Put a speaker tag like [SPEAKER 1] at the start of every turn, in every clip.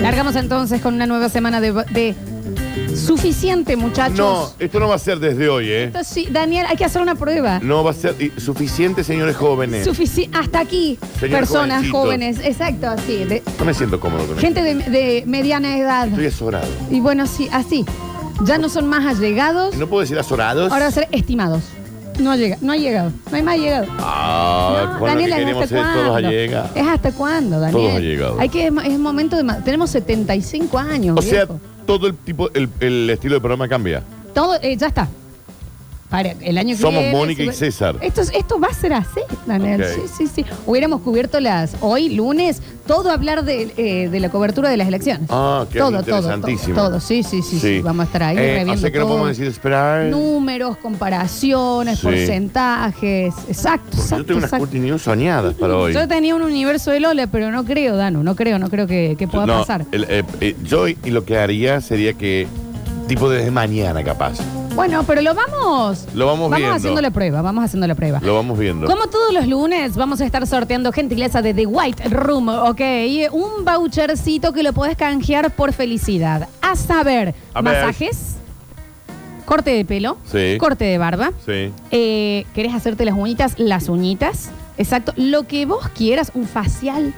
[SPEAKER 1] Largamos entonces con una nueva semana de, de suficiente, muchachos.
[SPEAKER 2] No, esto no va a ser desde hoy, ¿eh?
[SPEAKER 1] Esto sí, Daniel, hay que hacer una prueba.
[SPEAKER 2] No va a ser y- suficiente, señores jóvenes.
[SPEAKER 1] Sufici- hasta aquí,
[SPEAKER 2] Señores
[SPEAKER 1] personas
[SPEAKER 2] jovencitos.
[SPEAKER 1] jóvenes, exacto, así, de-
[SPEAKER 2] No me siento cómodo con esto.
[SPEAKER 1] gente de, de mediana edad.
[SPEAKER 2] Estoy azorado.
[SPEAKER 1] Y bueno, sí, así. Ya no son más allegados,
[SPEAKER 2] ¿No puedo decir azorados?
[SPEAKER 1] ahora ser estimados. No llega, no ha llegado, no hay más llegado.
[SPEAKER 2] Ah,
[SPEAKER 1] No,
[SPEAKER 2] con lo que
[SPEAKER 1] ¿es
[SPEAKER 2] queremos es todos allega.
[SPEAKER 1] Es hasta cuándo, Daniel.
[SPEAKER 2] Todos allegados.
[SPEAKER 1] Hay que, es, mo- es momento de. ma- Tenemos 75 años.
[SPEAKER 2] O sea,
[SPEAKER 1] viejo.
[SPEAKER 2] todo el tipo, el, el estilo de programa cambia.
[SPEAKER 1] Todo, eh, ya está. Para, el año que
[SPEAKER 2] Somos
[SPEAKER 1] viene,
[SPEAKER 2] Mónica
[SPEAKER 1] si-
[SPEAKER 2] y César.
[SPEAKER 1] Esto, es- esto va a ser así, Daniel.
[SPEAKER 2] Ok.
[SPEAKER 1] Sí, sí, sí. Hubiéramos cubierto las hoy, lunes, todo hablar de, eh, de la cobertura de las elecciones.
[SPEAKER 2] Ah, qué
[SPEAKER 1] todo, todo,
[SPEAKER 2] interesantísimo.
[SPEAKER 1] Todo, todo. Sí, sí, sí, sí. Vamos a estar ahí
[SPEAKER 2] Eh,
[SPEAKER 1] reviendo
[SPEAKER 2] o sea que no
[SPEAKER 1] todo.
[SPEAKER 2] podemos decir esperar.
[SPEAKER 1] Números, comparaciones,
[SPEAKER 2] Sí.
[SPEAKER 1] porcentajes. Exacto,
[SPEAKER 2] Porque
[SPEAKER 1] exacto,
[SPEAKER 2] yo tengo unas
[SPEAKER 1] exacto.
[SPEAKER 2] Curti News soñadas para hoy.
[SPEAKER 1] Yo tenía un universo de Lola, pero no creo, Danu, no creo, no creo que, que pueda
[SPEAKER 2] No,
[SPEAKER 1] pasar.
[SPEAKER 2] el- eh, eh, yo y lo que haría sería que, tipo desde mañana capaz.
[SPEAKER 1] Bueno, pero lo vamos.
[SPEAKER 2] Lo vamos viendo.
[SPEAKER 1] haciendo la prueba, vamos haciendo la prueba.
[SPEAKER 2] Lo vamos viendo.
[SPEAKER 1] Como todos los lunes, vamos a estar sorteando gentileza de The White Room, ¿ok? Un vouchercito que lo podés canjear por felicidad. A saber,
[SPEAKER 2] A ver.
[SPEAKER 1] masajes, corte de pelo,
[SPEAKER 2] Sí.
[SPEAKER 1] corte de barba.
[SPEAKER 2] Sí.
[SPEAKER 1] Eh, ¿Querés hacerte las uñitas? Las uñitas. Exacto. Lo que vos quieras, un facial.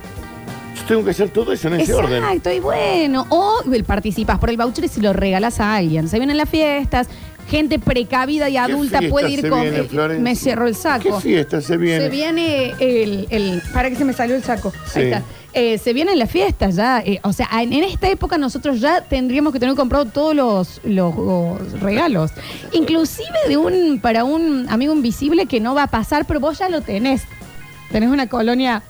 [SPEAKER 2] Yo tengo que hacer todo eso en ese
[SPEAKER 1] Exacto,
[SPEAKER 2] orden.
[SPEAKER 1] y bueno. O participas por el voucher y se lo regalas a alguien. Se vienen las fiestas, gente precavida y adulta
[SPEAKER 2] fiesta
[SPEAKER 1] puede ir
[SPEAKER 2] se
[SPEAKER 1] con.
[SPEAKER 2] viene,
[SPEAKER 1] eh,
[SPEAKER 2] Florencia?
[SPEAKER 1] me cierro el saco.
[SPEAKER 2] ¿Qué fiesta se viene?
[SPEAKER 1] Se viene el, el- Para que se me salió el saco. Ahí
[SPEAKER 2] Sí.
[SPEAKER 1] está. Eh, se vienen las fiestas ya. eh, o sea, en, en esta época nosotros ya tendríamos que tener comprado todos los, los, los regalos. Inclusive de un para un amigo invisible que no va a pasar, pero vos ya lo tenés. Tenés una colonia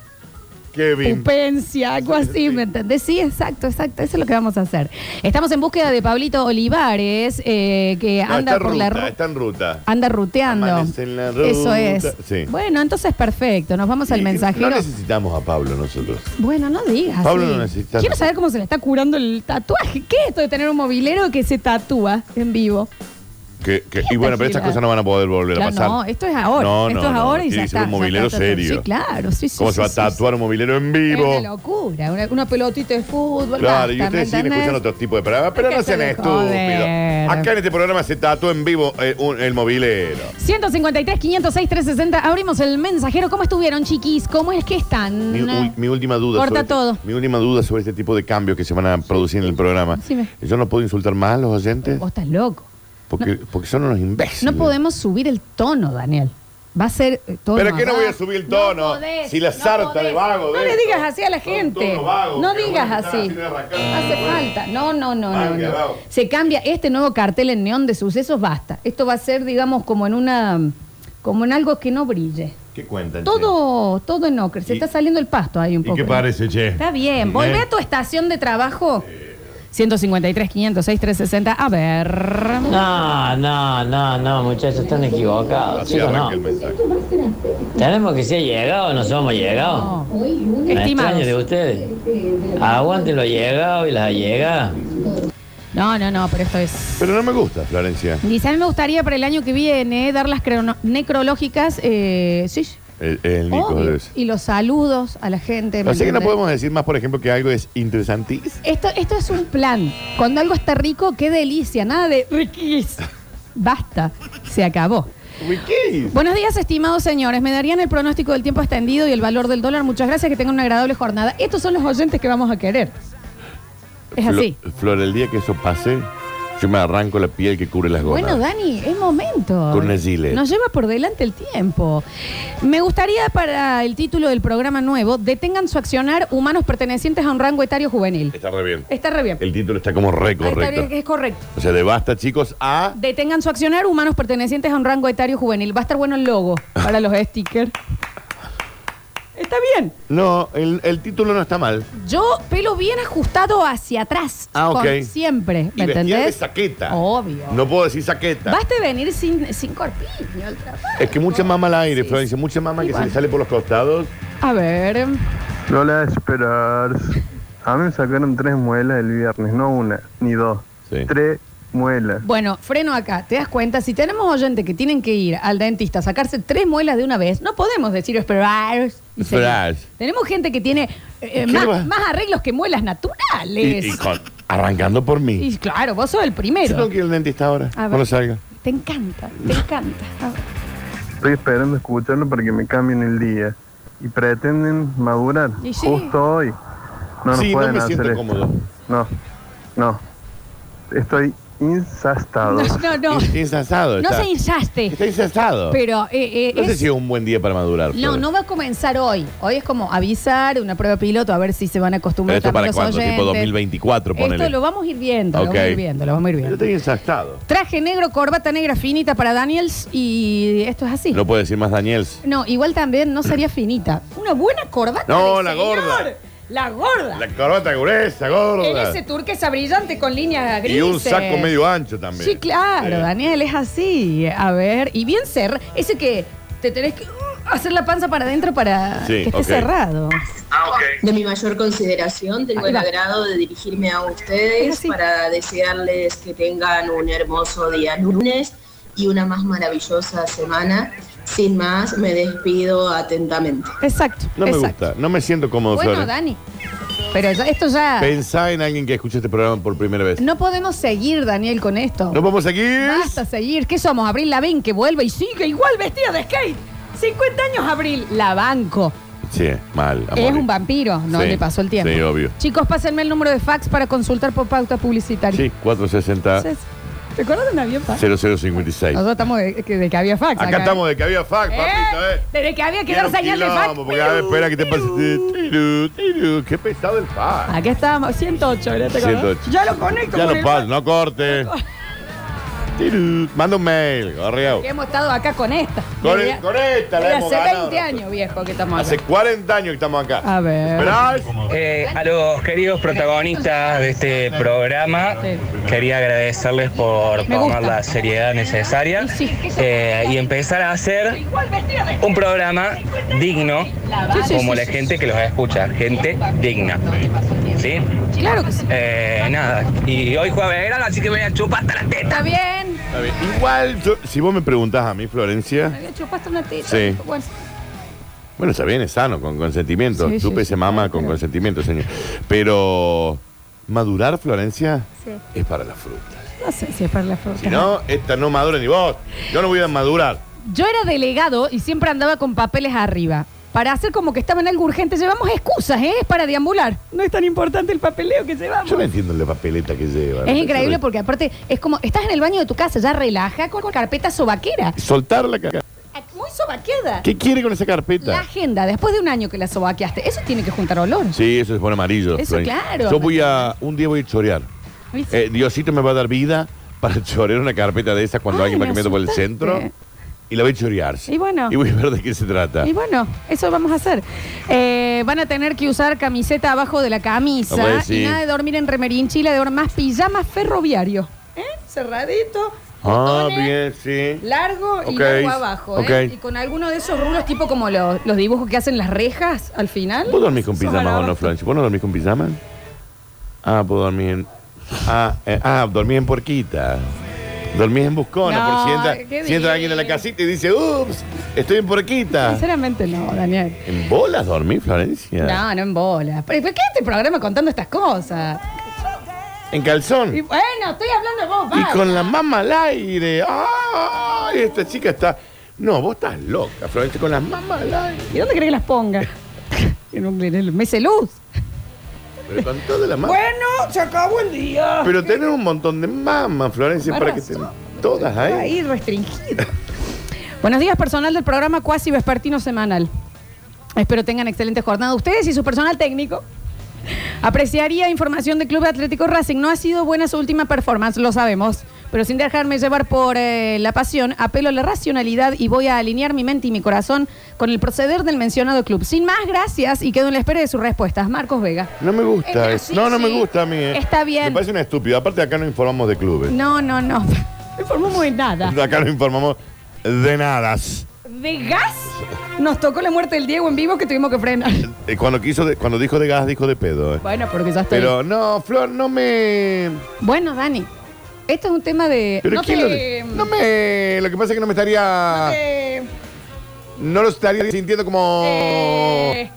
[SPEAKER 2] Kevin.
[SPEAKER 1] Pupencia, algo así, ¿me entendés? Sí, exacto, exacto. Eso es lo que vamos a hacer. Estamos en búsqueda de Pablito Olivares, eh, que anda
[SPEAKER 2] No, Ah, está en
[SPEAKER 1] por
[SPEAKER 2] ruta,
[SPEAKER 1] la ru-
[SPEAKER 2] Está en ruta.
[SPEAKER 1] Anda ruteando.
[SPEAKER 2] Amanece en la ruta.
[SPEAKER 1] Eso es.
[SPEAKER 2] Sí.
[SPEAKER 1] Bueno, entonces perfecto. Nos vamos al
[SPEAKER 2] Y
[SPEAKER 1] mensajero.
[SPEAKER 2] No necesitamos a Pablo nosotros.
[SPEAKER 1] bueno, no digas.
[SPEAKER 2] Pablo
[SPEAKER 1] sí.
[SPEAKER 2] no necesita-
[SPEAKER 1] Quiero saber cómo se le está curando el tatuaje. ¿Qué es esto de tener un mobilero que se tatúa en vivo?
[SPEAKER 2] Que, que- y bueno, pero estas
[SPEAKER 1] Gilada.
[SPEAKER 2] cosas no van a poder volver a
[SPEAKER 1] Claro,
[SPEAKER 2] pasar.
[SPEAKER 1] no, esto es ahora.
[SPEAKER 2] No,
[SPEAKER 1] esto
[SPEAKER 2] no,
[SPEAKER 1] es
[SPEAKER 2] no,
[SPEAKER 1] ahora y
[SPEAKER 2] tiene
[SPEAKER 1] ya
[SPEAKER 2] que ser
[SPEAKER 1] está.
[SPEAKER 2] un
[SPEAKER 1] ya
[SPEAKER 2] movilero
[SPEAKER 1] está, ya está.
[SPEAKER 2] serio.
[SPEAKER 1] Sí, claro, sí, sí.
[SPEAKER 2] ¿Cómo se va a
[SPEAKER 1] sí, sí, sí.
[SPEAKER 2] tatuar un movilero en
[SPEAKER 1] Es
[SPEAKER 2] vivo?
[SPEAKER 1] una locura, una, una pelotita de fútbol.
[SPEAKER 2] Claro,
[SPEAKER 1] basta,
[SPEAKER 2] y
[SPEAKER 1] ¿me
[SPEAKER 2] ustedes siguen
[SPEAKER 1] entendés?
[SPEAKER 2] escuchando otro tipo de programas, pero
[SPEAKER 1] Hay que
[SPEAKER 2] no sean
[SPEAKER 1] hacer de
[SPEAKER 2] estúpidos.
[SPEAKER 1] joder.
[SPEAKER 2] Acá en este programa se tatuó en vivo eh, un- el movilero.
[SPEAKER 1] 153, 506, 360. Abrimos el mensajero. ¿Cómo estuvieron, chiquis? ¿Cómo es que están?
[SPEAKER 2] Mi, u- mi última duda.
[SPEAKER 1] Corta
[SPEAKER 2] sobre este-
[SPEAKER 1] todo.
[SPEAKER 2] mi última duda sobre este tipo de cambios que se van a producir en el programa.
[SPEAKER 1] Sí, me-
[SPEAKER 2] Yo no puedo insultar más a los oyentes
[SPEAKER 1] Vos estás loco.
[SPEAKER 2] porque, porque son unos imbéciles.
[SPEAKER 1] No podemos subir el tono, Daniel. Va a ser eh, tono.
[SPEAKER 2] Pero es que no
[SPEAKER 1] abajo.
[SPEAKER 2] voy a subir el tono.
[SPEAKER 1] podés,
[SPEAKER 2] si la sarta
[SPEAKER 1] podés.
[SPEAKER 2] de vago.
[SPEAKER 1] No
[SPEAKER 2] de
[SPEAKER 1] le
[SPEAKER 2] esto,
[SPEAKER 1] digas así a la
[SPEAKER 2] son
[SPEAKER 1] gente.
[SPEAKER 2] todos vagos
[SPEAKER 1] No
[SPEAKER 2] que
[SPEAKER 1] digas
[SPEAKER 2] van a estar
[SPEAKER 1] así.
[SPEAKER 2] de arrancar.
[SPEAKER 1] Hace falta. No, no, no, no,
[SPEAKER 2] Manga,
[SPEAKER 1] no.
[SPEAKER 2] vago.
[SPEAKER 1] Se cambia este nuevo cartel en neón de sucesos, basta. Esto va a ser, digamos, como en una. como en algo que no brille.
[SPEAKER 2] ¿Qué cuentan?
[SPEAKER 1] Todo, todo en ocre. Se
[SPEAKER 2] ¿Y-
[SPEAKER 1] está saliendo el pasto ahí un
[SPEAKER 2] che? ¿Y
[SPEAKER 1] poco.
[SPEAKER 2] qué
[SPEAKER 1] ¿no?
[SPEAKER 2] parece, Eh. che?
[SPEAKER 1] Está bien. Volvé
[SPEAKER 2] ¿Eh?
[SPEAKER 1] a tu estación de trabajo. 153, 506, 360. A ver.
[SPEAKER 3] No, no, no, no, muchachos, están equivocados.
[SPEAKER 2] Así
[SPEAKER 3] Chicos, no.
[SPEAKER 2] arranca el mensaje.
[SPEAKER 3] Tenemos que ser llegados, no somos llegados.
[SPEAKER 1] No.
[SPEAKER 3] Me extraño de
[SPEAKER 1] Oh. Estimados.
[SPEAKER 3] ustedes. Aguante los llegados y las allegadas.
[SPEAKER 1] No, no, no, pero esto es.
[SPEAKER 2] Pero no me gusta, Florencia.
[SPEAKER 1] Dice, a mí me gustaría para el año que viene dar las crono- necrológicas. Eh, sí,
[SPEAKER 2] El, el Nico
[SPEAKER 1] obvio.
[SPEAKER 2] debe ser.
[SPEAKER 1] Y los saludos a la gente. ¿me
[SPEAKER 2] Así que no
[SPEAKER 1] entendés?
[SPEAKER 2] podemos decir más, por ejemplo, que algo es interesantísimo.
[SPEAKER 1] Esto, esto es un plan. Cuando algo está rico, qué delicia. Nada de riquís. Basta. Se acabó.
[SPEAKER 2] Uy, ¿qué?
[SPEAKER 1] Buenos días, estimados señores. Me darían el pronóstico del tiempo extendido y el valor del dólar. Muchas gracias, que tengan una agradable jornada. Estos son los oyentes que vamos a querer. Es
[SPEAKER 2] Flo-
[SPEAKER 1] así.
[SPEAKER 2] Flor, el día que eso pase, yo me arranco la piel que cubre las gomas.
[SPEAKER 1] Bueno, Dani, es momento.
[SPEAKER 2] Con una Gillette.
[SPEAKER 1] Nos lleva por delante el tiempo. Me gustaría para el título del programa nuevo, detengan su accionar humanos pertenecientes a un rango etario juvenil.
[SPEAKER 2] Está re bien.
[SPEAKER 1] Está re bien.
[SPEAKER 2] El título está como re
[SPEAKER 1] Ah, Eh. está bien,
[SPEAKER 2] correcto.
[SPEAKER 1] es correcto.
[SPEAKER 2] O sea, de basta, chicos, a...
[SPEAKER 1] Detengan su accionar humanos pertenecientes a un rango etario juvenil. Va a estar bueno el logo para los stickers. Está bien.
[SPEAKER 2] No, el, el título no está mal.
[SPEAKER 1] Yo, pelo bien ajustado hacia atrás.
[SPEAKER 2] Ah, ok.
[SPEAKER 1] con- siempre,
[SPEAKER 2] Y
[SPEAKER 1] ¿me
[SPEAKER 2] vestida de
[SPEAKER 1] entendés?
[SPEAKER 2] saqueta.
[SPEAKER 1] Obvio.
[SPEAKER 2] No puedo decir saqueta.
[SPEAKER 1] Basta de venir sin, sin corpiño al trabajo.
[SPEAKER 2] Es que mucha mama al aire,
[SPEAKER 1] Sí,
[SPEAKER 2] Florencia. Mucha mama
[SPEAKER 1] Y
[SPEAKER 2] que se
[SPEAKER 1] bueno.
[SPEAKER 2] le sale por los costados.
[SPEAKER 1] A ver.
[SPEAKER 4] No la esperar. A mí me sacaron tres muelas el viernes, no una, ni dos.
[SPEAKER 2] Sí.
[SPEAKER 4] Tres muelas.
[SPEAKER 1] Bueno, freno acá. ¿Te das cuenta? Si tenemos oyentes que tienen que ir al dentista a sacarse tres muelas de una vez, no podemos decir esperar. y seguir.
[SPEAKER 2] Esperar.
[SPEAKER 1] Tenemos gente que tiene eh,
[SPEAKER 2] ¿Qué va?
[SPEAKER 1] más, más arreglos que muelas naturales.
[SPEAKER 2] Y- y con- arrancando por mí.
[SPEAKER 1] Y claro, vos sos el
[SPEAKER 2] Yo
[SPEAKER 1] primero.
[SPEAKER 2] tengo que ir al dentista ahora.
[SPEAKER 1] A ver.
[SPEAKER 2] Cuando salga.
[SPEAKER 1] Te encanta, te encanta. A ver.
[SPEAKER 4] Estoy esperando escucharlo para que me cambien el día. Y pretenden madurar.
[SPEAKER 1] Y sí.
[SPEAKER 4] Justo hoy. No nos
[SPEAKER 2] sí, no
[SPEAKER 4] pueden
[SPEAKER 2] me
[SPEAKER 4] hacer
[SPEAKER 2] siento
[SPEAKER 4] esto.
[SPEAKER 2] cómodo.
[SPEAKER 4] No, no. Estoy
[SPEAKER 2] Ah,
[SPEAKER 4] insastado.
[SPEAKER 1] No, no, no.
[SPEAKER 2] Está Insasado.
[SPEAKER 1] No
[SPEAKER 2] está.
[SPEAKER 1] se hinchaste.
[SPEAKER 2] Está insasado.
[SPEAKER 1] Pero eh, eh,
[SPEAKER 2] no sé
[SPEAKER 1] es-
[SPEAKER 2] si es un buen día para
[SPEAKER 1] No,
[SPEAKER 2] madurar. pero-
[SPEAKER 1] no va a comenzar hoy. Hoy es como avisar una prueba piloto a ver si se van a
[SPEAKER 2] ¿Pero
[SPEAKER 1] acostumbrar
[SPEAKER 2] esto para
[SPEAKER 1] también los
[SPEAKER 2] cuándo? Tipo
[SPEAKER 1] oyentes.
[SPEAKER 2] 2024, ponele.
[SPEAKER 1] Esto lo vamos a ir viendo, lo vamos a
[SPEAKER 2] Ok.
[SPEAKER 1] ir viendo, lo vamos a ir
[SPEAKER 2] Yo
[SPEAKER 1] viendo.
[SPEAKER 2] estoy insasado.
[SPEAKER 1] Traje negro, corbata negra finita para Daniels y esto es así.
[SPEAKER 2] No puede decir más Daniels.
[SPEAKER 1] No, igual también no sería finita. Una buena corbata.
[SPEAKER 2] No,
[SPEAKER 1] de
[SPEAKER 2] la
[SPEAKER 1] señor.
[SPEAKER 2] gorda.
[SPEAKER 1] La gorda.
[SPEAKER 2] La corbata gruesa,
[SPEAKER 1] en
[SPEAKER 2] gorda.
[SPEAKER 1] ese turquesa brillante con líneas grises.
[SPEAKER 2] Y un saco medio ancho también.
[SPEAKER 1] Sí, claro,
[SPEAKER 2] Sí.
[SPEAKER 1] Daniel, es así. A ver, y bien cerrado. Ese que te tenés que uh, hacer la panza para adentro para
[SPEAKER 2] Sí,
[SPEAKER 1] que esté
[SPEAKER 2] ok.
[SPEAKER 1] cerrado.
[SPEAKER 5] De mi mayor consideración, tengo
[SPEAKER 1] Ahí
[SPEAKER 5] el
[SPEAKER 1] va.
[SPEAKER 5] agrado de dirigirme a
[SPEAKER 1] Es
[SPEAKER 5] ustedes
[SPEAKER 1] así.
[SPEAKER 5] para desearles que tengan un hermoso día lunes y una más maravillosa semana. Sin más, me despido atentamente.
[SPEAKER 1] Exacto.
[SPEAKER 2] No me
[SPEAKER 1] exacto.
[SPEAKER 2] gusta. No me siento cómodo,
[SPEAKER 1] Bueno,
[SPEAKER 2] Flores.
[SPEAKER 1] Dani. Pero ya- esto ya.
[SPEAKER 2] Pensá en alguien que escuche este programa por primera vez.
[SPEAKER 1] No podemos seguir, Daniel, con esto.
[SPEAKER 2] ¿No vamos aquí?
[SPEAKER 1] Basta seguir. ¿Qué somos? Abril Lavín que vuelve y sigue igual vestida de skate. 50 años, Abril. La banco.
[SPEAKER 2] Sí, mal. a
[SPEAKER 1] Es
[SPEAKER 2] morir.
[SPEAKER 1] un vampiro, no
[SPEAKER 2] Sí,
[SPEAKER 1] le pasó el tiempo.
[SPEAKER 2] sí, obvio.
[SPEAKER 1] Chicos, pásenme el número de fax para consultar por pauta publicitaria.
[SPEAKER 2] Sí, 460
[SPEAKER 1] Entonces, ¿Te acuerdas de un avión fax?
[SPEAKER 2] 0056.
[SPEAKER 1] Nosotros estamos de, que- de que había fax.
[SPEAKER 2] Acá estamos de que había fax,
[SPEAKER 1] ¿eh?
[SPEAKER 2] papito, ¿eh?
[SPEAKER 1] Desde que había que
[SPEAKER 2] Era
[SPEAKER 1] dar
[SPEAKER 2] un
[SPEAKER 1] señal de fax.
[SPEAKER 2] quilombo, porque, a ver, espera que te pase. Tiru, tiru, Qué pesado el fax.
[SPEAKER 1] Acá estábamos, 108, ¿verdad? ¿Te acordás?
[SPEAKER 2] 108.
[SPEAKER 1] Ya lo conecto.
[SPEAKER 2] Ya
[SPEAKER 1] con
[SPEAKER 2] no
[SPEAKER 1] el
[SPEAKER 2] pasa,
[SPEAKER 1] fax.
[SPEAKER 2] no corte. Tiru. Manda un mail, gorriao.
[SPEAKER 1] Que hemos estado acá con esta.
[SPEAKER 2] Con,
[SPEAKER 1] Desde-
[SPEAKER 2] el- con esta la
[SPEAKER 1] desde
[SPEAKER 2] hemos
[SPEAKER 1] hace
[SPEAKER 2] ganado
[SPEAKER 1] 20
[SPEAKER 2] nosotros.
[SPEAKER 1] años, viejo, que estamos acá.
[SPEAKER 2] Hace 40 años que estamos acá.
[SPEAKER 1] A ver.
[SPEAKER 2] ¿Esperás?
[SPEAKER 6] Eh, a los queridos protagonistas de este programa,
[SPEAKER 1] Sí.
[SPEAKER 6] quería agradecerles por
[SPEAKER 1] Me
[SPEAKER 6] tomar
[SPEAKER 1] gusta.
[SPEAKER 6] la seriedad necesaria
[SPEAKER 1] Y sí.
[SPEAKER 6] eh, y empezar a hacer un programa digno
[SPEAKER 1] sí,
[SPEAKER 6] como
[SPEAKER 1] sí,
[SPEAKER 6] la
[SPEAKER 1] sí,
[SPEAKER 6] gente que los escucha, gente digna. ¿Sí?
[SPEAKER 1] Claro que sí.
[SPEAKER 6] Eh, nada, y hoy juega verano, así que me voy a chupar hasta la teta.
[SPEAKER 1] Está bien.
[SPEAKER 2] Está bien. Igual, yo- si vos me preguntás a mí,
[SPEAKER 1] Me
[SPEAKER 2] Florencia,
[SPEAKER 1] había chupado una teta.
[SPEAKER 2] Sí.
[SPEAKER 1] Bueno,
[SPEAKER 2] bueno, está bien, es sano, con consentimiento.
[SPEAKER 1] Sí, sí,
[SPEAKER 2] Supe
[SPEAKER 1] sí,
[SPEAKER 2] ese mamá
[SPEAKER 1] claro,
[SPEAKER 2] con
[SPEAKER 1] claro.
[SPEAKER 2] consentimiento, señor. Pero madurar, Florencia,
[SPEAKER 1] Sí.
[SPEAKER 2] es para la fruta.
[SPEAKER 1] no sé si es para la fruta.
[SPEAKER 2] Si no, esta no madura ni vos. Yo no voy a madurar.
[SPEAKER 1] Yo era delegado y siempre andaba con papeles arriba. Para hacer como que estaba en algo urgente, llevamos excusas, ¿eh? Es para deambular. No es tan importante el papeleo que llevamos.
[SPEAKER 2] Yo no entiendo la papeleta que lleva.
[SPEAKER 1] Es increíble porque aparte es como, estás en el baño de tu casa, ya relaja con carpeta sobaquera.
[SPEAKER 2] Soltar la caca.
[SPEAKER 1] Muy sobaqueda.
[SPEAKER 2] ¿Qué quiere con esa
[SPEAKER 1] La
[SPEAKER 2] carpeta?
[SPEAKER 1] agenda, después de un año que la sobaqueaste, eso tiene que juntar olor.
[SPEAKER 2] Sí, eso se pone amarillo.
[SPEAKER 1] Eso,
[SPEAKER 2] Florencia.
[SPEAKER 1] claro.
[SPEAKER 2] Yo voy a. Un día voy a chorear.
[SPEAKER 1] ¿Viste?
[SPEAKER 2] Eh, Diosito me va a dar vida para chorear una carpeta de esas cuando
[SPEAKER 1] Ay,
[SPEAKER 2] alguien va
[SPEAKER 1] me
[SPEAKER 2] caminando por el
[SPEAKER 1] asustaste.
[SPEAKER 2] centro y la voy a chorear.
[SPEAKER 1] Y bueno.
[SPEAKER 2] Y voy a ver de qué se trata. Ah,
[SPEAKER 1] Y bueno, eso vamos a hacer. Eh, van a tener que usar camiseta abajo de la camisa
[SPEAKER 2] Ah, pues, sí.
[SPEAKER 1] y nada de dormir en remerinchila, de dormir más pijama ferroviario. ¿Eh? Cerradito.
[SPEAKER 2] Ah,
[SPEAKER 1] botones,
[SPEAKER 2] bien, sí.
[SPEAKER 1] Largo y
[SPEAKER 2] Ok,
[SPEAKER 1] largo abajo. ¿eh?
[SPEAKER 2] ok.
[SPEAKER 1] Y con alguno de esos rulos, tipo como lo- los dibujos que hacen las rejas al final.
[SPEAKER 2] ¿Vos dormís con
[SPEAKER 1] Esos
[SPEAKER 2] pijama o no,
[SPEAKER 1] abajo.
[SPEAKER 2] Florencia? ¿Vos no dormís con pijama? Ah, vos dormís en. Ah, eh, ah, dormís en porquita. Dormís en buscona,
[SPEAKER 1] No,
[SPEAKER 2] por si
[SPEAKER 1] qué
[SPEAKER 2] entra,
[SPEAKER 1] bien.
[SPEAKER 2] si entra alguien en la casita y dice, ups, estoy en porquita.
[SPEAKER 1] Sinceramente no, Daniel.
[SPEAKER 2] ¿En bolas dormís, Florencia?
[SPEAKER 1] No, no en bola. ¿Pero por qué este programa contando estas cosas?
[SPEAKER 2] ¿En calzón?
[SPEAKER 1] Y
[SPEAKER 2] Y,
[SPEAKER 1] bueno, estoy hablando de vos, basta.
[SPEAKER 2] con la mama al aire. ¡Ay! Esta chica está. No, vos estás loca, Florencia, con las mamas al aire.
[SPEAKER 1] ¿Y dónde crees que las ponga? en un en el mesa de luz.
[SPEAKER 2] Pero con toda la mama.
[SPEAKER 1] Bueno, se acabó el día.
[SPEAKER 2] Pero tener un montón de mamas, Florencia, para que te. Todas ahí.
[SPEAKER 1] Ahí restringido. Buenos días, personal del programa Cuasi Vespertino Semanal. Espero tengan excelente jornada ustedes y su personal técnico. Apreciaría información del Club Atlético Racing. No ha sido buena su última performance, lo sabemos. Pero sin dejarme llevar por eh, la pasión, apelo a la racionalidad y voy a alinear mi mente y mi corazón con el proceder del mencionado club. Sin más, gracias y quedo en la espera de sus respuestas. Marcos Vega.
[SPEAKER 2] No me gusta
[SPEAKER 1] Es
[SPEAKER 2] eso.
[SPEAKER 1] así,
[SPEAKER 2] No, no
[SPEAKER 1] Eh, sí.
[SPEAKER 2] me gusta a mí. eh.
[SPEAKER 1] Está bien.
[SPEAKER 2] Me parece una estúpida. Aparte, acá no informamos de clubes.
[SPEAKER 1] No, no, no. No informamos de nada.
[SPEAKER 2] Acá no informamos de nada.
[SPEAKER 1] de gas nos tocó la muerte del Diego en vivo que tuvimos que frenar.
[SPEAKER 2] Eh, Cuando, quiso de- cuando dijo de gas, dijo de pedo. eh.
[SPEAKER 1] Bueno, porque ya estoy.
[SPEAKER 2] Pero no, Flor, no me.
[SPEAKER 1] Bueno, Dani, Esto es un tema de.
[SPEAKER 2] Pero
[SPEAKER 1] no
[SPEAKER 2] ¿quién
[SPEAKER 1] te-
[SPEAKER 2] lo di- No me. Lo que pasa es que no me estaría. No,
[SPEAKER 1] te-
[SPEAKER 2] lo estaría sintiendo como.
[SPEAKER 1] eh,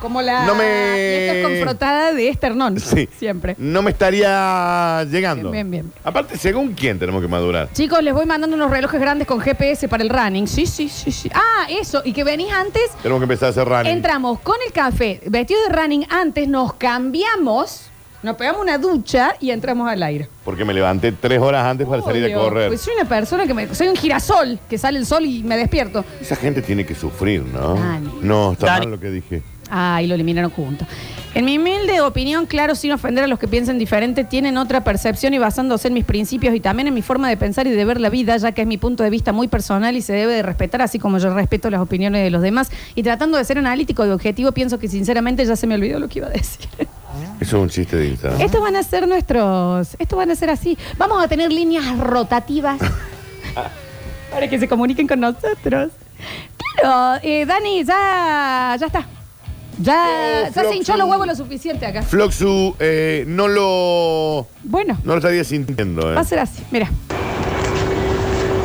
[SPEAKER 1] como la.
[SPEAKER 2] No me-
[SPEAKER 1] y Esto es confrontada de esternón.
[SPEAKER 2] Sí.
[SPEAKER 1] Siempre.
[SPEAKER 2] No me estaría llegando.
[SPEAKER 1] Bien, bien, bien.
[SPEAKER 2] Aparte, según quién tenemos que madurar.
[SPEAKER 1] Chicos, les voy mandando unos relojes grandes con GPS para el running. Sí, sí, sí, sí. Ah, eso. Y que venís antes,
[SPEAKER 2] Tenemos que empezar a hacer running.
[SPEAKER 1] entramos con el café, vestido de running antes, nos cambiamos, nos pegamos una ducha y entramos al aire.
[SPEAKER 2] Porque me levanté tres horas antes para salir a
[SPEAKER 1] Obvio.
[SPEAKER 2] correr.
[SPEAKER 1] Pues soy una persona que me. Soy un girasol, que sale el sol y me despierto.
[SPEAKER 2] Esa gente tiene que sufrir, ¿no?
[SPEAKER 1] Dani.
[SPEAKER 2] No, está
[SPEAKER 3] Dani.
[SPEAKER 2] mal lo que dije.
[SPEAKER 1] Ah, y lo eliminaron juntos. En mi humilde opinión, claro, sin ofender a los que piensan diferente, tienen otra percepción y basándose en mis principios y también en mi forma de pensar y de ver la vida, ya que es mi punto de vista muy personal y se debe de respetar, así como yo respeto las opiniones de los demás. Y tratando de ser analítico y objetivo, pienso que sinceramente ya se me olvidó lo que iba a decir.
[SPEAKER 2] Eso es un chiste de Instagram.
[SPEAKER 1] Estos van a ser nuestros, estos van a ser así. Vamos a tener líneas rotativas para que se comuniquen con nosotros. Claro, eh, Dani, ya, ya está. Ya,
[SPEAKER 2] No,
[SPEAKER 1] ya se
[SPEAKER 2] Floxu.
[SPEAKER 1] hinchó los huevos lo suficiente acá.
[SPEAKER 2] Floxu eh, no lo.
[SPEAKER 1] Bueno,
[SPEAKER 2] No lo estaría sintiendo, ¿eh?
[SPEAKER 1] va a ser así, mira.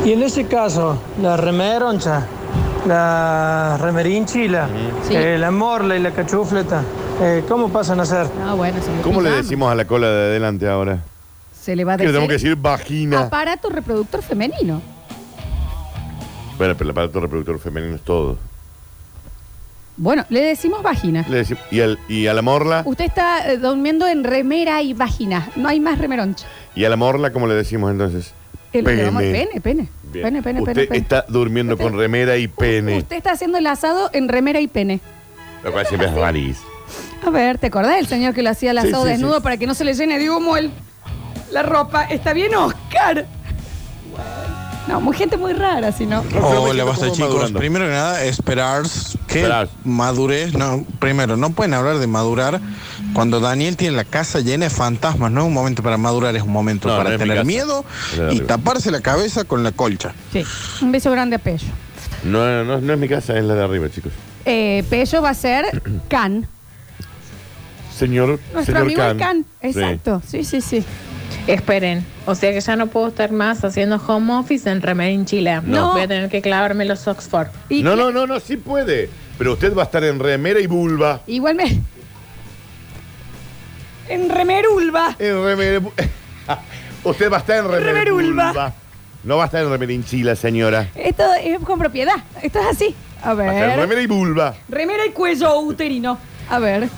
[SPEAKER 7] Y en ese caso, la remeroncha, la remerinchila,
[SPEAKER 1] Sí.
[SPEAKER 7] eh, la morla y la cachufleta, eh, ¿cómo pasan a ser?
[SPEAKER 1] No, bueno, se me-
[SPEAKER 2] ¿Cómo le decimos a la cola de adelante ahora?
[SPEAKER 1] Se le va a
[SPEAKER 2] Que le tenemos que
[SPEAKER 1] decir
[SPEAKER 2] decir vagina.
[SPEAKER 1] aparato reproductor femenino.
[SPEAKER 2] Bueno, pero el aparato reproductor femenino es todo.
[SPEAKER 1] Bueno, le decimos vagina.
[SPEAKER 2] Le decimos- y, al- y a la morla,
[SPEAKER 1] Usted está eh, durmiendo en remera y vagina. No hay más remeroncha.
[SPEAKER 2] y a la morla, ¿cómo le decimos entonces?
[SPEAKER 1] El,
[SPEAKER 2] Pene.
[SPEAKER 1] pene. pene, pene.
[SPEAKER 2] Bien.
[SPEAKER 1] Pene, pene,
[SPEAKER 2] Usted
[SPEAKER 1] pene, pene.
[SPEAKER 2] está durmiendo
[SPEAKER 1] Usted-
[SPEAKER 2] con remera y pene.
[SPEAKER 1] Usted está haciendo el asado en remera y pene.
[SPEAKER 2] Lo cual siempre es rarísimo.
[SPEAKER 1] A ver, ¿te acordás del señor que lo hacía el
[SPEAKER 2] Sí,
[SPEAKER 1] asado
[SPEAKER 2] sí,
[SPEAKER 1] desnudo
[SPEAKER 2] sí.
[SPEAKER 1] para que no se le llene de humo el- la ropa? Está bien, Oscar. No, muy gente muy rara, si no.
[SPEAKER 2] No, pero me
[SPEAKER 8] Hola,
[SPEAKER 2] siento
[SPEAKER 8] basta
[SPEAKER 2] como
[SPEAKER 8] chicos.
[SPEAKER 2] madurando.
[SPEAKER 8] Primero que nada, esperar que
[SPEAKER 2] Esperar.
[SPEAKER 8] madurez. No, primero, no pueden hablar de madurar cuando Daniel tiene la casa llena de fantasmas. No es un momento para madurar, es un momento
[SPEAKER 2] No, no
[SPEAKER 8] para
[SPEAKER 2] es mi
[SPEAKER 8] tener
[SPEAKER 2] casa.
[SPEAKER 8] miedo
[SPEAKER 2] Es la
[SPEAKER 8] y
[SPEAKER 2] de
[SPEAKER 8] taparse la cabeza con la colcha.
[SPEAKER 1] Sí, un beso grande a Pello.
[SPEAKER 2] No, no, no es mi casa, es la de arriba, chicos.
[SPEAKER 1] Eh, Pello va a ser Can.
[SPEAKER 2] Señor,
[SPEAKER 1] Nuestro
[SPEAKER 2] señor
[SPEAKER 1] amigo el Can.
[SPEAKER 2] Sí.
[SPEAKER 1] Exacto, sí, sí, sí.
[SPEAKER 9] Esperen, o sea que ya no puedo estar más haciendo home office en remera en Chile.
[SPEAKER 1] No.
[SPEAKER 9] Voy a tener que clavarme los Oxford.
[SPEAKER 1] Y
[SPEAKER 2] No, no, no, no, sí puede. Pero usted va a estar en remera y vulva.
[SPEAKER 1] Igual me... En remerulva.
[SPEAKER 2] En remera. usted va a estar en remera. y
[SPEAKER 1] Remerulva.
[SPEAKER 2] vulva. No va a estar en remera hinchila, señora.
[SPEAKER 1] Esto es con propiedad. Esto es así. A
[SPEAKER 2] Va a estar en
[SPEAKER 1] ver.
[SPEAKER 2] remera y vulva.
[SPEAKER 1] Remera y cuello uterino. A ver.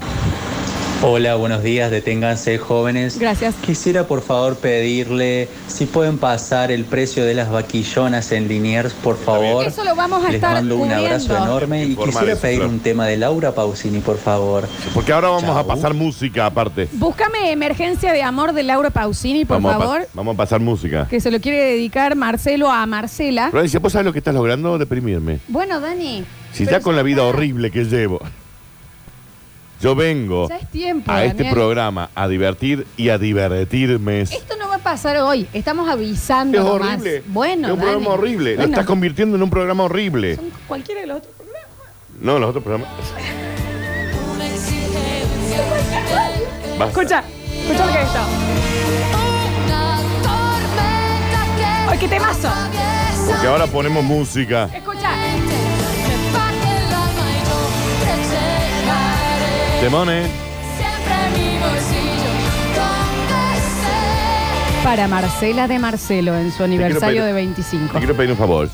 [SPEAKER 10] Hola, buenos días, deténganse jóvenes.
[SPEAKER 1] Gracias.
[SPEAKER 10] Quisiera por favor pedirle si pueden pasar el precio de las vaquillonas en Liniers, por favor.
[SPEAKER 1] Eso lo vamos a
[SPEAKER 10] Les
[SPEAKER 1] estar
[SPEAKER 10] mando un abrazo
[SPEAKER 1] cubriendo.
[SPEAKER 10] enorme y
[SPEAKER 2] Informa
[SPEAKER 10] quisiera
[SPEAKER 2] eso,
[SPEAKER 10] pedir
[SPEAKER 2] claro.
[SPEAKER 10] un tema de Laura Pausini, por favor.
[SPEAKER 2] Porque ahora vamos a
[SPEAKER 10] Chau.
[SPEAKER 2] pasar música aparte.
[SPEAKER 1] Búscame Emergencia de Amor de Laura Pausini, por
[SPEAKER 2] vamos, A
[SPEAKER 1] favor.
[SPEAKER 2] pa- vamos a pasar música.
[SPEAKER 1] Que se lo quiere dedicar Marcelo a Marcela.
[SPEAKER 2] Florencia, ¿vos sabés lo que estás logrando? Deprimirme.
[SPEAKER 1] Bueno, Dani.
[SPEAKER 2] Si
[SPEAKER 1] pero
[SPEAKER 2] ya con la vida horrible que llevo, yo vengo
[SPEAKER 1] Ya es tiempo, ¿eh?
[SPEAKER 2] a este
[SPEAKER 1] Daniel.
[SPEAKER 2] programa a divertir y a divertirme. Es
[SPEAKER 1] Esto no va a pasar hoy. Estamos avisando. nomás.
[SPEAKER 2] horrible.
[SPEAKER 1] Bueno,
[SPEAKER 2] es un
[SPEAKER 1] Dani.
[SPEAKER 2] programa horrible. Lo
[SPEAKER 1] Bueno,
[SPEAKER 2] estás convirtiendo en un programa horrible.
[SPEAKER 1] son cualquiera de los otros programas.
[SPEAKER 2] No, los otros programas. Basta.
[SPEAKER 1] Escucha, escucha lo que es esto. ¡Ay, qué temazo!
[SPEAKER 2] Porque ahora ponemos música.
[SPEAKER 1] Escucha.
[SPEAKER 2] Demones.
[SPEAKER 1] Para Marcela de Marcelo en su aniversario
[SPEAKER 2] pedir-
[SPEAKER 1] de
[SPEAKER 2] Te
[SPEAKER 1] 25.
[SPEAKER 2] quiero pedir un favor.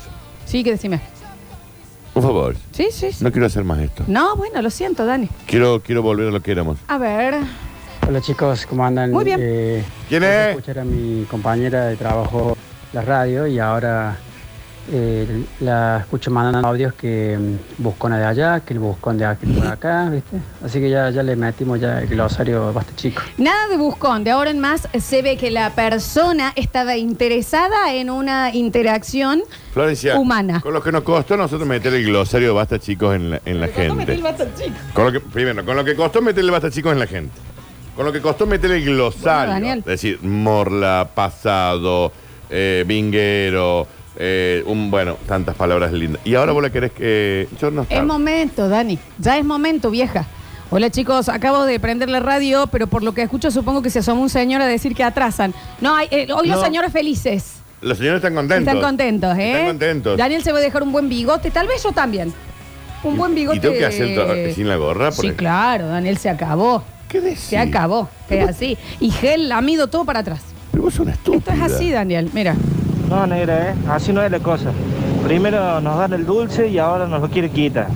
[SPEAKER 1] Sí, que decime.
[SPEAKER 2] Un favor.
[SPEAKER 1] Sí, sí. sí.
[SPEAKER 2] No quiero hacer más esto.
[SPEAKER 1] No, bueno, lo siento, Dani.
[SPEAKER 2] Quiero, quiero volver a lo que éramos.
[SPEAKER 1] A ver.
[SPEAKER 11] Hola chicos, ¿cómo andan?
[SPEAKER 1] Muy bien.
[SPEAKER 11] Eh,
[SPEAKER 2] ¿Quién
[SPEAKER 11] empecé a
[SPEAKER 2] es?
[SPEAKER 11] escuchar a mi compañera de trabajo la radio y ahora eh, la escucho mandando audios que mm, buscona de allá, que el buscón de acá, por acá, ¿viste? Así que ya, ya le metimos ya el glosario basta chico.
[SPEAKER 1] Nada de buscón. De ahora en más se ve que la persona estaba interesada en una interacción.
[SPEAKER 2] Florencia.
[SPEAKER 1] Humana.
[SPEAKER 2] Con lo que nos costó a nosotros meter el glosario de basta, chicos, en la, en la gente. Con lo que, primero, con lo que costó meterle basta chicos en la gente. Con lo que costó meterle el
[SPEAKER 1] Bueno,
[SPEAKER 2] glosario.
[SPEAKER 1] Daniel.
[SPEAKER 2] es decir, morla, pasado, eh, vinguero, eh, un, bueno, tantas palabras lindas. Y ahora vos la querés que. Yo no
[SPEAKER 1] Es
[SPEAKER 2] estaba.
[SPEAKER 1] momento, Dani. Ya es momento, vieja. Hola chicos, acabo de prender la radio, pero por lo que escucho supongo que se asoma un señor a decir que atrasan. No, hay- eh, hoy los
[SPEAKER 2] No.
[SPEAKER 1] señores felices.
[SPEAKER 2] Los señores están contentos.
[SPEAKER 1] Están contentos, ¿eh?
[SPEAKER 2] Están contentos.
[SPEAKER 1] Daniel se va a dejar un buen bigote, tal vez yo también. Un buen bigote.
[SPEAKER 2] Y tengo que hacer to- sin la gorra.
[SPEAKER 1] Sí, claro, Daniel se acabó.
[SPEAKER 2] ¿Qué
[SPEAKER 1] Se acabó, es así. Y gel lamido todo para atrás.
[SPEAKER 2] Pero vos una
[SPEAKER 1] Esto es así, Daniel, mira.
[SPEAKER 7] No, negra, ¿eh? Así no es la cosa. Primero nos dan el dulce y ahora nos lo quiere quitar.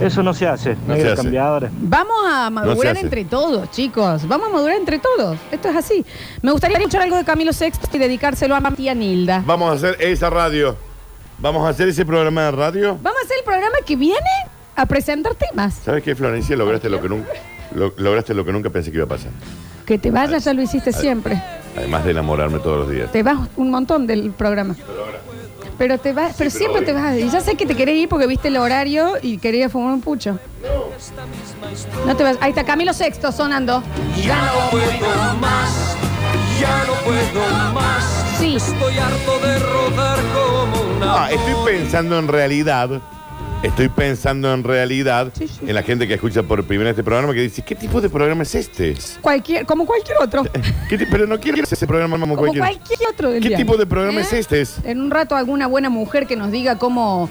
[SPEAKER 7] Eso no se hace,
[SPEAKER 2] No
[SPEAKER 7] negra
[SPEAKER 2] se hace.
[SPEAKER 7] cambiadora.
[SPEAKER 1] Vamos a madurar
[SPEAKER 2] hace.
[SPEAKER 1] entre todos, chicos. Vamos a madurar entre todos. Esto es así. Me gustaría escuchar algo de Camilo Sexto y dedicárselo a Martía Nilda.
[SPEAKER 2] Vamos a hacer esa radio. Vamos a hacer ese programa de radio.
[SPEAKER 1] Vamos a hacer el programa que viene a presentar temas.
[SPEAKER 2] ¿Sabes qué, Florencia? Lograste lo que nunca, lo- lograste lo que nunca pensé que iba a pasar.
[SPEAKER 1] Que te vayas, ya lo hiciste
[SPEAKER 2] Ay.
[SPEAKER 1] siempre.
[SPEAKER 2] Además de enamorarme todos los días.
[SPEAKER 1] Te vas un montón del programa. Pero te vas, pero
[SPEAKER 2] pero
[SPEAKER 1] siempre
[SPEAKER 2] hoy-
[SPEAKER 1] te vas. Y ya sé que te querés ir porque viste el horario y querías fumar un pucho. No te vas. Ahí está Camilo Sexto sonando.
[SPEAKER 12] Ya no puedo más, ya no puedo más.
[SPEAKER 1] Sí.
[SPEAKER 12] Estoy harto de rodar como una.
[SPEAKER 2] Ah, estoy pensando en realidad. Estoy pensando en realidad en la gente que escucha por primera este programa que dice, ¿qué tipo de programa es este?
[SPEAKER 1] Cualquier, como cualquier otro.
[SPEAKER 2] ¿Qué ti- pero no quiero ese programa
[SPEAKER 1] Como
[SPEAKER 2] como, cualquiera.
[SPEAKER 1] cualquier otro del
[SPEAKER 2] ¿Qué
[SPEAKER 1] día.
[SPEAKER 2] tipo de programa
[SPEAKER 1] ¿Eh?
[SPEAKER 2] es este?
[SPEAKER 1] En un rato alguna buena mujer que nos diga cómo,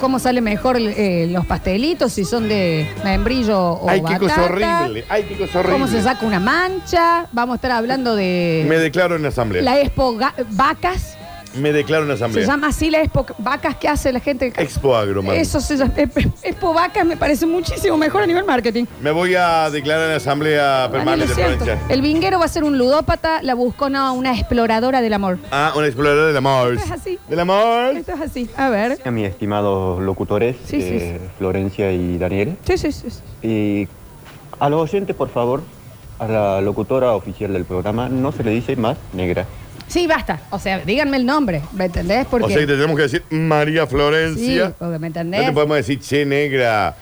[SPEAKER 1] cómo sale mejor eh, los pastelitos, si son de membrillo o
[SPEAKER 2] Ay, qué
[SPEAKER 1] batata.
[SPEAKER 2] cosa horrible. Ay, qué cosa horrible.
[SPEAKER 1] Cómo se saca una mancha. Vamos a estar hablando
[SPEAKER 2] Me
[SPEAKER 1] de
[SPEAKER 2] declaro en asamblea.
[SPEAKER 1] la Expo Ga- Vacas.
[SPEAKER 2] Me declaro en
[SPEAKER 1] Se
[SPEAKER 2] asamblea.
[SPEAKER 1] llama así la Expo Vacas que hace la gente.
[SPEAKER 2] Expo Agro, man.
[SPEAKER 1] Eso se llama. eh, eh, Expo Vacas me parece muchísimo mejor a nivel marketing.
[SPEAKER 2] Me voy a declarar en asamblea
[SPEAKER 1] Daniel,
[SPEAKER 2] permanente,
[SPEAKER 1] lo siento.
[SPEAKER 2] Florencia.
[SPEAKER 1] El vinguero va a ser un ludópata, la buscona, una exploradora del amor.
[SPEAKER 2] Ah, una exploradora del amor.
[SPEAKER 1] Esto es así.
[SPEAKER 2] Del amor.
[SPEAKER 1] Esto es así. A ver.
[SPEAKER 13] A mis estimados locutores,
[SPEAKER 1] Sí, sí,
[SPEAKER 13] eh, Florencia y Daniel.
[SPEAKER 1] Sí, sí, sí. sí.
[SPEAKER 13] Y a los oyentes, por favor, a la locutora oficial del programa, no se le dice más negra.
[SPEAKER 1] Sí, basta. O sea, díganme el nombre, ¿me entendés? Porque,
[SPEAKER 2] O sea que te tenemos que decir María
[SPEAKER 1] sí, E.
[SPEAKER 2] Florencia.
[SPEAKER 1] porque me
[SPEAKER 2] no te
[SPEAKER 1] entendés.
[SPEAKER 2] podemos decir che negra.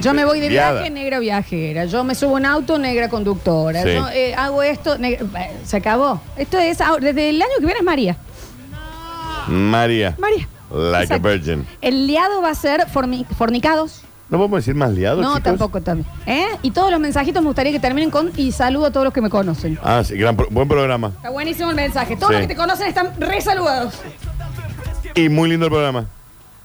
[SPEAKER 1] Yo me voy de
[SPEAKER 2] Viada.
[SPEAKER 1] viaje, negra viajera. Yo me subo a un auto, negra conductora.
[SPEAKER 2] Sí.
[SPEAKER 1] Yo eh, hago esto, negra- eh, se acabó. Esto es ahora- desde el año que viene es María.
[SPEAKER 2] María.
[SPEAKER 1] María.
[SPEAKER 2] Like
[SPEAKER 1] Exacto.
[SPEAKER 2] a virgin.
[SPEAKER 1] El liado va a ser formi- fornicados.
[SPEAKER 2] ¿No podemos decir más liado,
[SPEAKER 1] No,
[SPEAKER 2] chicos?
[SPEAKER 1] tampoco también. ¿Eh? Y todos los mensajitos me gustaría que terminen con y saludo a todos los que me conocen.
[SPEAKER 2] Ah, sí, gran pro- buen programa.
[SPEAKER 1] Está buenísimo el mensaje. Todos
[SPEAKER 2] Sí.
[SPEAKER 1] los que te conocen están resaludados.
[SPEAKER 2] Y muy lindo el programa.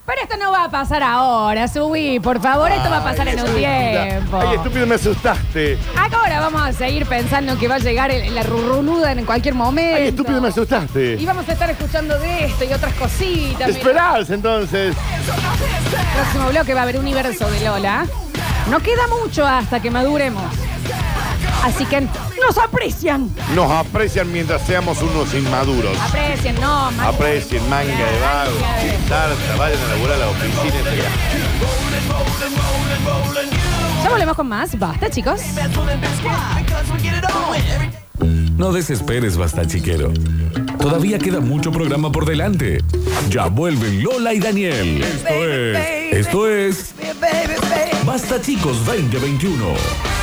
[SPEAKER 1] Pero esto no va a pasar ahora, subí, por favor, esto va a pasar en un tiempo.
[SPEAKER 2] Ay, estúpido, me asustaste.
[SPEAKER 1] Ahora vamos a seguir pensando que va a llegar el- la rurrunuda en cualquier momento.
[SPEAKER 2] Ay, estúpido, me
[SPEAKER 1] Y
[SPEAKER 2] asustaste.
[SPEAKER 1] vamos a estar escuchando de esto y otras cositas. mira.
[SPEAKER 2] Esperás, entonces.
[SPEAKER 1] Próximo bloque va a haber universo de Lola. No queda mucho hasta que maduremos. Así que nos aprecian.
[SPEAKER 2] Nos aprecian mientras seamos unos inmaduros.
[SPEAKER 1] Aprecien, no, manga.
[SPEAKER 2] Aprecien, manga de vago, tarta, vayan a laburar a la oficina. entregar.
[SPEAKER 1] Ya volvemos con más. Basta, chicos.
[SPEAKER 14] No desesperes, basta chiquero. Todavía queda mucho programa por delante. Ya vuelven Lola y Daniel. Esto es. Esto es. Basta chicos 2021.